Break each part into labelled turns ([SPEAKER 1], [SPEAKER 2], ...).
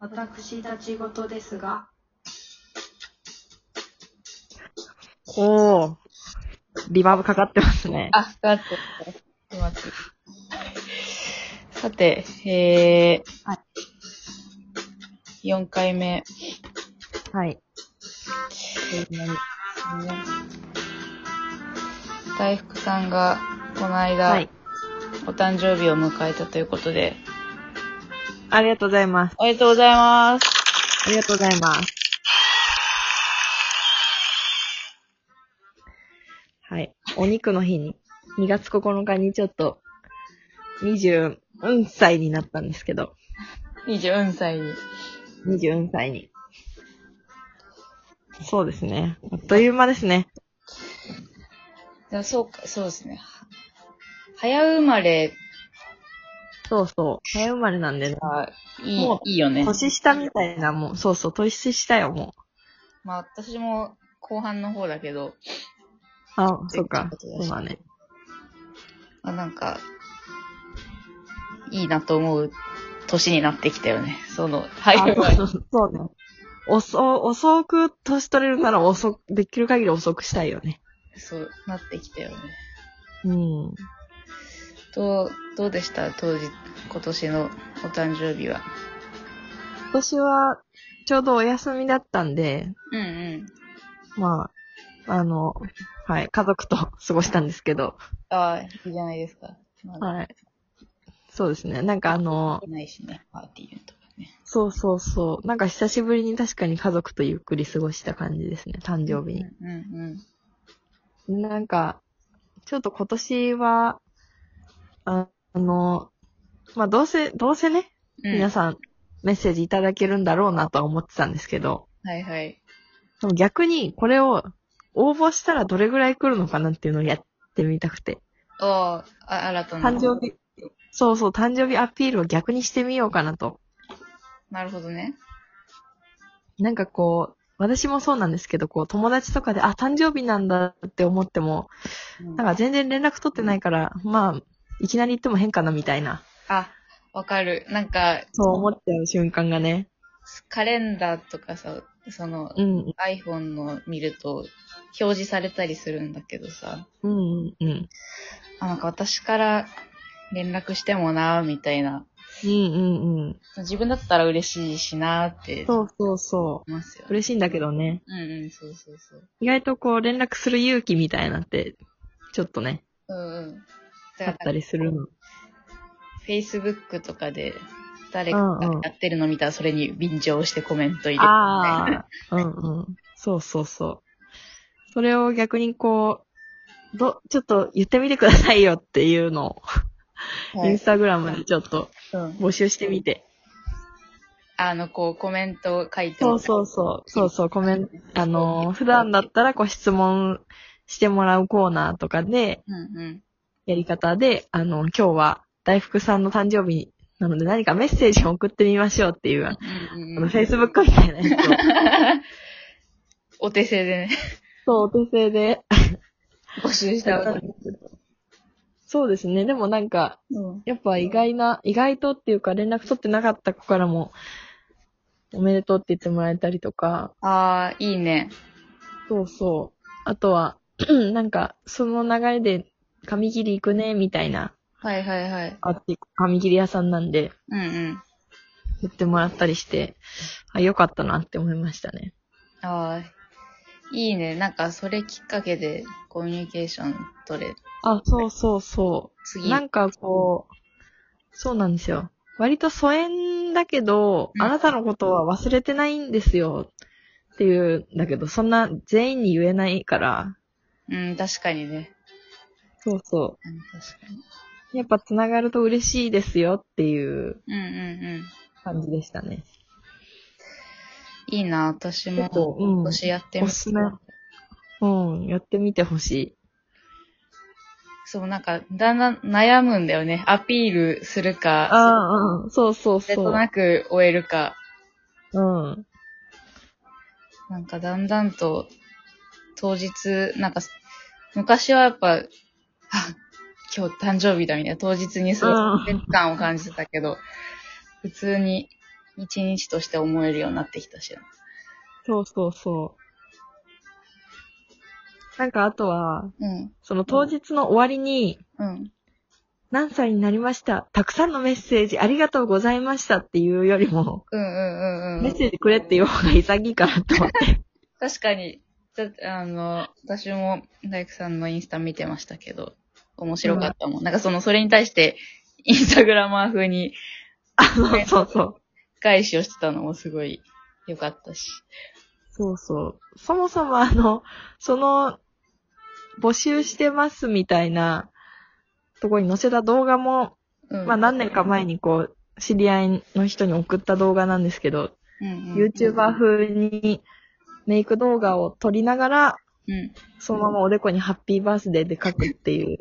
[SPEAKER 1] 私たち事ですが、
[SPEAKER 2] おー。リバーブかかってますね。
[SPEAKER 3] あ、かかってます。うまく。さて、えー、
[SPEAKER 2] はい
[SPEAKER 3] 4回目。
[SPEAKER 2] はい。
[SPEAKER 3] 大福さんが、この間、
[SPEAKER 2] はい。
[SPEAKER 3] お誕生日を迎えたということで、
[SPEAKER 2] ありがとうございます。
[SPEAKER 3] おめでとうございます。
[SPEAKER 2] ありがとうございます。はい。お肉の日に、2月9日にちょっと、24歳になったんですけど、
[SPEAKER 3] 24歳に。
[SPEAKER 2] 24歳に。そうですね。あっという間ですね。
[SPEAKER 3] でもそうか、そうですね。は早生まれ
[SPEAKER 2] そうそう。早生まれなんでね。
[SPEAKER 3] がいい
[SPEAKER 2] も、う
[SPEAKER 3] いいよね。
[SPEAKER 2] 年下みたいなもん。そうそう。年下よ、もう。
[SPEAKER 3] まあ私も後半の方だけど、
[SPEAKER 2] あ、そうか。
[SPEAKER 3] という
[SPEAKER 2] そ
[SPEAKER 3] ことだし
[SPEAKER 2] うだね。
[SPEAKER 3] あなんか、いいなと思う年になってきたよね。その、
[SPEAKER 2] あ
[SPEAKER 3] 早生まれ。
[SPEAKER 2] そうそうそうね。遅、遅く年取れるなら遅く、できる限り遅くしたいよね。
[SPEAKER 3] そう、なってきたよね。
[SPEAKER 2] うん。
[SPEAKER 3] どう、どうでした当時、今年のお誕生日は。
[SPEAKER 2] 今年は、ちょうどお休みだったんで、
[SPEAKER 3] うんうん。
[SPEAKER 2] まあ、あの、はい、家族と 過ごしたんですけど、
[SPEAKER 3] ああ、いいじゃないですか。まだ
[SPEAKER 2] はい。そうですね。なんかあの、
[SPEAKER 3] いないしね、パーティーとかね。
[SPEAKER 2] そうそうそう。なんか久しぶりに確かに家族とゆっくり過ごした感じですね、誕生日に。
[SPEAKER 3] うんうん。
[SPEAKER 2] なんか、ちょっと今年は、ああの、まあ、どうせ、どうせね、
[SPEAKER 3] うん、
[SPEAKER 2] 皆さんメッセージいただけるんだろうなとは思ってたんですけど、
[SPEAKER 3] はいはい。
[SPEAKER 2] でも逆にこれを応募したらどれぐらい来るのかなっていうのをやってみたくて。
[SPEAKER 3] おあ、新たな。
[SPEAKER 2] 誕生日、そうそう、誕生日アピールを逆にしてみようかなと。
[SPEAKER 3] なるほどね。
[SPEAKER 2] なんかこう、私もそうなんですけど、こう友達とかで、あ、誕生日なんだって思っても、
[SPEAKER 3] うん
[SPEAKER 2] なんか全然連絡取ってないから、まあ、いきなり言っても変かなみたいな、
[SPEAKER 3] あ、わかる。なんか、
[SPEAKER 2] そう思っちゃう瞬間がね。
[SPEAKER 3] カレンダーとかさ、その、
[SPEAKER 2] うん、
[SPEAKER 3] iPhone の見ると、表示されたりするんだけどさ、
[SPEAKER 2] うん、うん、うん。
[SPEAKER 3] あ、なんか私から連絡してもなみたいな。
[SPEAKER 2] うん、うん、うん。
[SPEAKER 3] 自分だったら嬉しいしなって、
[SPEAKER 2] そうそうそ
[SPEAKER 3] 思いますよ
[SPEAKER 2] う。。嬉しいんだけどね。
[SPEAKER 3] うんうん、そうそうそう。
[SPEAKER 2] 意外とこう連絡する勇気みたいなって、ちょっとね、
[SPEAKER 3] うんうん。だ
[SPEAKER 2] あ
[SPEAKER 3] か
[SPEAKER 2] った
[SPEAKER 3] ら、
[SPEAKER 2] りするの。
[SPEAKER 3] Facebook とかで、誰
[SPEAKER 2] うん
[SPEAKER 3] か
[SPEAKER 2] うん
[SPEAKER 3] やってるの見たら、それに便乗してコメント入れるみたいな。
[SPEAKER 2] ああ、うんうん。そうそうそう。それを逆にこう、ど、ちょっと言ってみてくださいよっていうのを、
[SPEAKER 3] はい
[SPEAKER 2] インスタグラムでちょっと
[SPEAKER 3] うん
[SPEAKER 2] 募集してみて。
[SPEAKER 3] あの、こう、コメントを書いて
[SPEAKER 2] そ
[SPEAKER 3] も
[SPEAKER 2] うそうそう。そうそう、コメント、あのー、普段だったらこう質問してもらうコーナーとかで、
[SPEAKER 3] うんうん。
[SPEAKER 2] やり方で、あの、今日は大福さんの誕生日なので何かメッセージを送ってみましょうっていう、
[SPEAKER 3] うんうん
[SPEAKER 2] あ
[SPEAKER 3] う
[SPEAKER 2] の、
[SPEAKER 3] ん、
[SPEAKER 2] Facebook みたいなやつを。
[SPEAKER 3] お手製でね、
[SPEAKER 2] そう、お手製で。
[SPEAKER 3] 募集したわけ。
[SPEAKER 2] そうですね。でもなんか、
[SPEAKER 3] うん。
[SPEAKER 2] やっぱ意外な、意外とっていうか連絡取ってなかった子からも、おめでとうって言ってもらえたりとか、
[SPEAKER 3] ああ、いいね。
[SPEAKER 2] そうそう。あとは、 なんか、その流れで、髪切り行くね、みたいな、
[SPEAKER 3] はいはいはい。
[SPEAKER 2] あっち、髪切り屋さんなんで、
[SPEAKER 3] うんうん。
[SPEAKER 2] 言ってもらったりして、あ、よかったなって思いましたね。
[SPEAKER 3] ああ、いいね。なんか、それきっかけでコミュニケーション取れ、
[SPEAKER 2] あ、そうそうそう。
[SPEAKER 3] 次。
[SPEAKER 2] なんかこう、そうなんですよ。割と疎遠だけど、
[SPEAKER 3] うん
[SPEAKER 2] あなたのことは忘れてないんですよっていうんだけど、そんな全員に言えないから、
[SPEAKER 3] うん、確かにね。
[SPEAKER 2] そうそ
[SPEAKER 3] うん確かに。
[SPEAKER 2] う。やっぱ繋がると嬉しいですよっていう
[SPEAKER 3] うんうんうん。
[SPEAKER 2] 感じでしたね。
[SPEAKER 3] いいな、私も。
[SPEAKER 2] 結構うん
[SPEAKER 3] 今年やってみ
[SPEAKER 2] おすすめうん、やってみてほしい。
[SPEAKER 3] そう、なんか、だんだん悩むんだよね。アピールするか、
[SPEAKER 2] ああ、うん、そうそう
[SPEAKER 3] それ
[SPEAKER 2] そ
[SPEAKER 3] と
[SPEAKER 2] う。
[SPEAKER 3] なく終えるか。
[SPEAKER 2] うん。
[SPEAKER 3] なんかだんだんと、当日、なんか、昔はやっぱ、あ今日誕生日だみたいな、当日にすごい
[SPEAKER 2] うん
[SPEAKER 3] 節感を感じてたけど、普通に一日として思えるようになってきたし。
[SPEAKER 2] そうそうそう。なんかあとは、
[SPEAKER 3] うん。
[SPEAKER 2] その当日の終わりに、
[SPEAKER 3] うん。
[SPEAKER 2] 何歳になりました。たくさんのメッセージありがとうございましたっていうよりも、
[SPEAKER 3] うんうんうんう
[SPEAKER 2] メッ
[SPEAKER 3] ん。
[SPEAKER 2] セージくれっていう方が潔いかなと思って。
[SPEAKER 3] 確かに、だってあの、私も大工さんのインスタ見てましたけど、面白かったもん。なんかその、それに対して、インスタグラマー風に
[SPEAKER 2] あ、 そうそうそう。
[SPEAKER 3] 返しをしてたのもすごい良かったし。
[SPEAKER 2] そうそう。そもそもあの、その、募集してますみたいなとこに載せた動画も、
[SPEAKER 3] うん。
[SPEAKER 2] まあ何年か前にこう、知り合いの人に送った動画なんですけど、
[SPEAKER 3] うんうん、
[SPEAKER 2] YouTuber 風にメイク動画を撮りながら、
[SPEAKER 3] うん。
[SPEAKER 2] そのままおでこにハッピーバースデーで書くっていう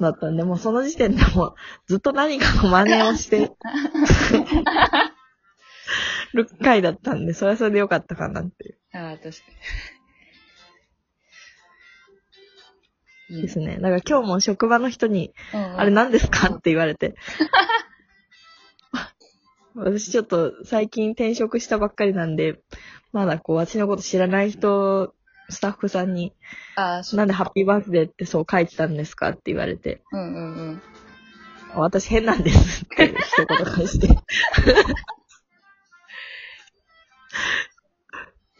[SPEAKER 2] のだったんで、もうその時点でもうずっと何かの真似をしてる回だったんで、それはそれでよかったかなっていう。
[SPEAKER 3] ああ、確かに。いい
[SPEAKER 2] で
[SPEAKER 3] ね
[SPEAKER 2] すね。だから今日も職場の人に、
[SPEAKER 3] うんうん
[SPEAKER 2] あれ何ですかって言われて。私ちょっと最近転職したばっかりなんで、まだこう、私のこと知らない人、スタッフさんに、
[SPEAKER 3] ああ、そう。
[SPEAKER 2] なんでハッピーバースデーってそう書いてたんですかって言われて、
[SPEAKER 3] うんうんうん。
[SPEAKER 2] 私変なんですっていう一言返して。
[SPEAKER 3] い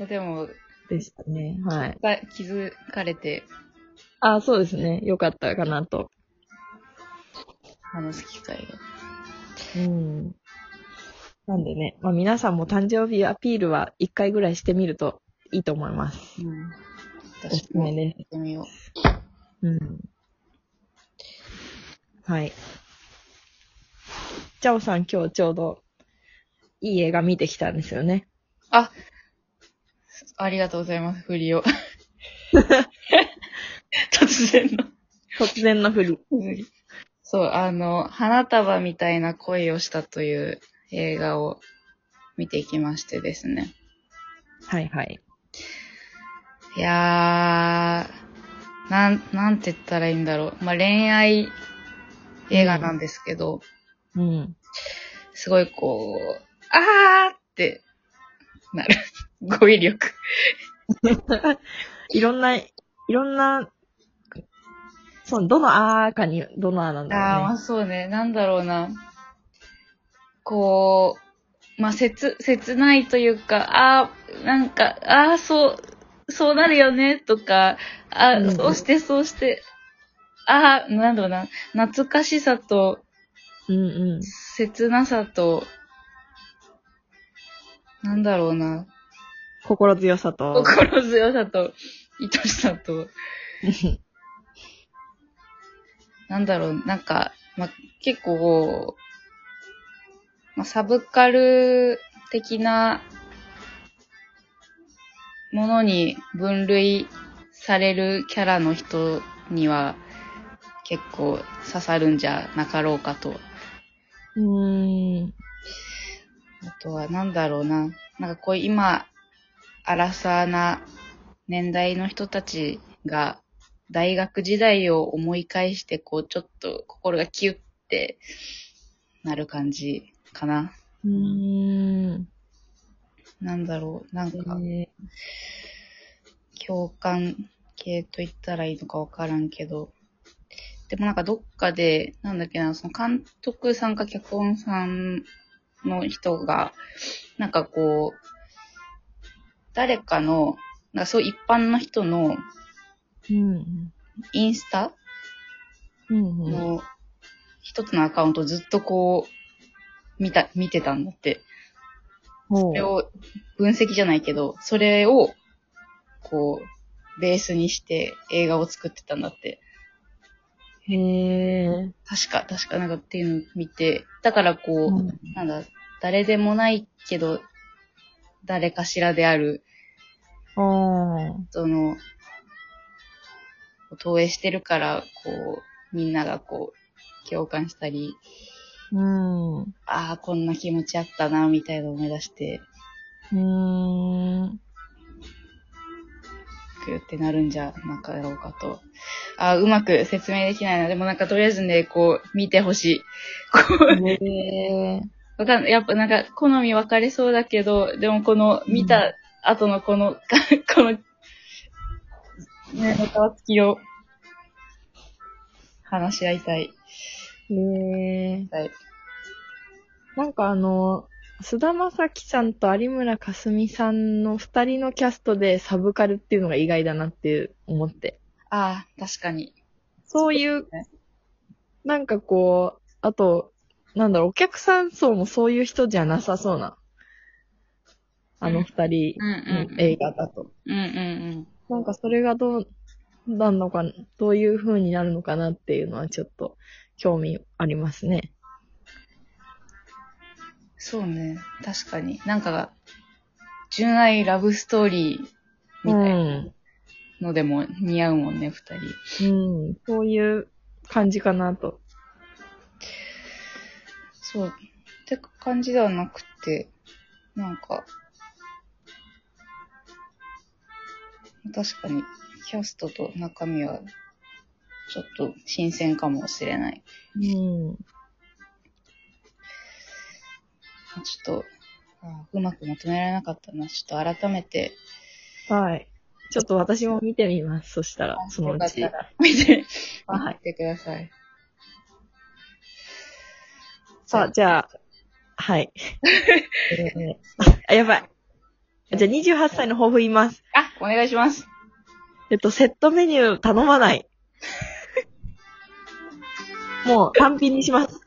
[SPEAKER 3] やでも、
[SPEAKER 2] でしたね。はい。
[SPEAKER 3] が気づかれて、
[SPEAKER 2] あ、そうですね。よかったかなと。
[SPEAKER 3] 話す機会が。
[SPEAKER 2] うん。なんでね、まあ皆さんも誕生日アピールは一回ぐらいしてみるといいと思います。
[SPEAKER 3] うん。
[SPEAKER 2] おす
[SPEAKER 3] 私
[SPEAKER 2] す
[SPEAKER 3] も
[SPEAKER 2] め
[SPEAKER 3] やっ
[SPEAKER 2] です。
[SPEAKER 3] てみよう。
[SPEAKER 2] うん。はい。チャオさん今日ちょうどいい映画見てきたんですよね。
[SPEAKER 3] あ、ありがとうございます、振りを。 突然の
[SPEAKER 2] 突然の振り。
[SPEAKER 3] 振り。そう、あの、花束みたいな恋をしたという映画を見てきましてですね。
[SPEAKER 2] はいはい。
[SPEAKER 3] いやー、なん、なんて言ったらいいんだろう。まあ、恋愛映画なんですけど、
[SPEAKER 2] うん。
[SPEAKER 3] すごいこう、あーってなる。 語彙力。
[SPEAKER 2] いろんな、いろんな、その、どのあーかに、どのあーなんだ
[SPEAKER 3] あー、ま
[SPEAKER 2] ろう
[SPEAKER 3] あ
[SPEAKER 2] ね。
[SPEAKER 3] そうね。なんだろうな。こう、まあ、切、切ないというか、あー、なんか、あー、そう、そうなるよね、とか、あ
[SPEAKER 2] う
[SPEAKER 3] ー、
[SPEAKER 2] ん
[SPEAKER 3] そうして、そうして、あー、なんだろうな。懐かしさと、
[SPEAKER 2] うんうん。
[SPEAKER 3] 切なさと、なんだろうな。
[SPEAKER 2] 心強さと。
[SPEAKER 3] 心強さと、愛しさと、なんだろう、なんか、ま、結構、ま、サブカル的なものに分類されるキャラの人には結構刺さるんじゃなかろうかと
[SPEAKER 2] うーん。
[SPEAKER 3] あとは、なんだろうな。なんかこう、今、アラサーな年代の人たちが、大学時代を思い返して、こう、ちょっと心がキュッてなる感じかな。
[SPEAKER 2] うーん。
[SPEAKER 3] なんだろう。なんか、
[SPEAKER 2] え
[SPEAKER 3] 共感系と言ったらいいのかわからんけど。でもなんかどっかで、なんだっけな、その監督さんか脚本さんの人が、なんかこう、誰かの、なんかそう一般の人の
[SPEAKER 2] ーうん。
[SPEAKER 3] インスタ
[SPEAKER 2] うんうん。
[SPEAKER 3] の一つのアカウントをずっとこう、見た、見てたんだって。
[SPEAKER 2] ほ
[SPEAKER 3] それ
[SPEAKER 2] う
[SPEAKER 3] を、分析じゃないけど、それを、こう、ベースにして映画を作ってたんだって。
[SPEAKER 2] へえ。
[SPEAKER 3] 確か、確かなんかっていうのを見て、だからこう、
[SPEAKER 2] うん
[SPEAKER 3] なんだ、誰でもないけど、誰かしらである、
[SPEAKER 2] あ
[SPEAKER 3] その、投影してるから、こう、みんながこう、共感したり、
[SPEAKER 2] ーうん。う
[SPEAKER 3] ああ、こんな気持ちあったな、みたいなのを思い出して、
[SPEAKER 2] ーん。
[SPEAKER 3] くってなるんじゃなかろうかと。あーうまく説明できないな。でもなんかとりあえずね、こう、見てほしい。こう、
[SPEAKER 2] へえ。
[SPEAKER 3] わかんない。やっぱなんか、好み分かれそうだけど、でもこの、見た後のこの、 この、ね、ネタ付きを、話し合いたい。
[SPEAKER 2] ねえ。
[SPEAKER 3] はい。
[SPEAKER 2] なんかあの、菅田将暉さんと有村架純さんの二人のキャストでサブカルっていうのが意外だなっていう思って。
[SPEAKER 3] ああ、確かに。
[SPEAKER 2] そういう
[SPEAKER 3] ね、
[SPEAKER 2] なんかこう、あと、なんだろう、お客さん層もそういう人じゃなさそうな。あの二人
[SPEAKER 3] うん
[SPEAKER 2] の
[SPEAKER 3] うん。
[SPEAKER 2] 映画だと。
[SPEAKER 3] うんうん
[SPEAKER 2] なんかそれがどう、なんのかな、どういう風になるのかなっていうのはちょっと興味ありますね。
[SPEAKER 3] うん。そうね。確かに。なんか、純愛ラブストーリーみたい
[SPEAKER 2] うん
[SPEAKER 3] のでも似合うもんね、二人。
[SPEAKER 2] うん、そういう感じかなと。
[SPEAKER 3] そう。って感じではなくて、なんか、確かに、キャストと中身は、ちょっと新鮮かもしれない。
[SPEAKER 2] うん。
[SPEAKER 3] ちょっと、あうまくまとめられなかったな。ちょっと改めて、
[SPEAKER 2] はい。ちょっと私も見てみます。そしたら、
[SPEAKER 3] あ
[SPEAKER 2] そのうち。
[SPEAKER 3] よかったら見て、
[SPEAKER 2] は
[SPEAKER 3] 見
[SPEAKER 2] い。
[SPEAKER 3] てください。
[SPEAKER 2] さあ、じゃあ、はい。えーあ、やばい。じゃあ28歳の抱負言います。
[SPEAKER 3] あ、お願いします。
[SPEAKER 2] えっと、セットメニュー頼まない。もう、単品にします。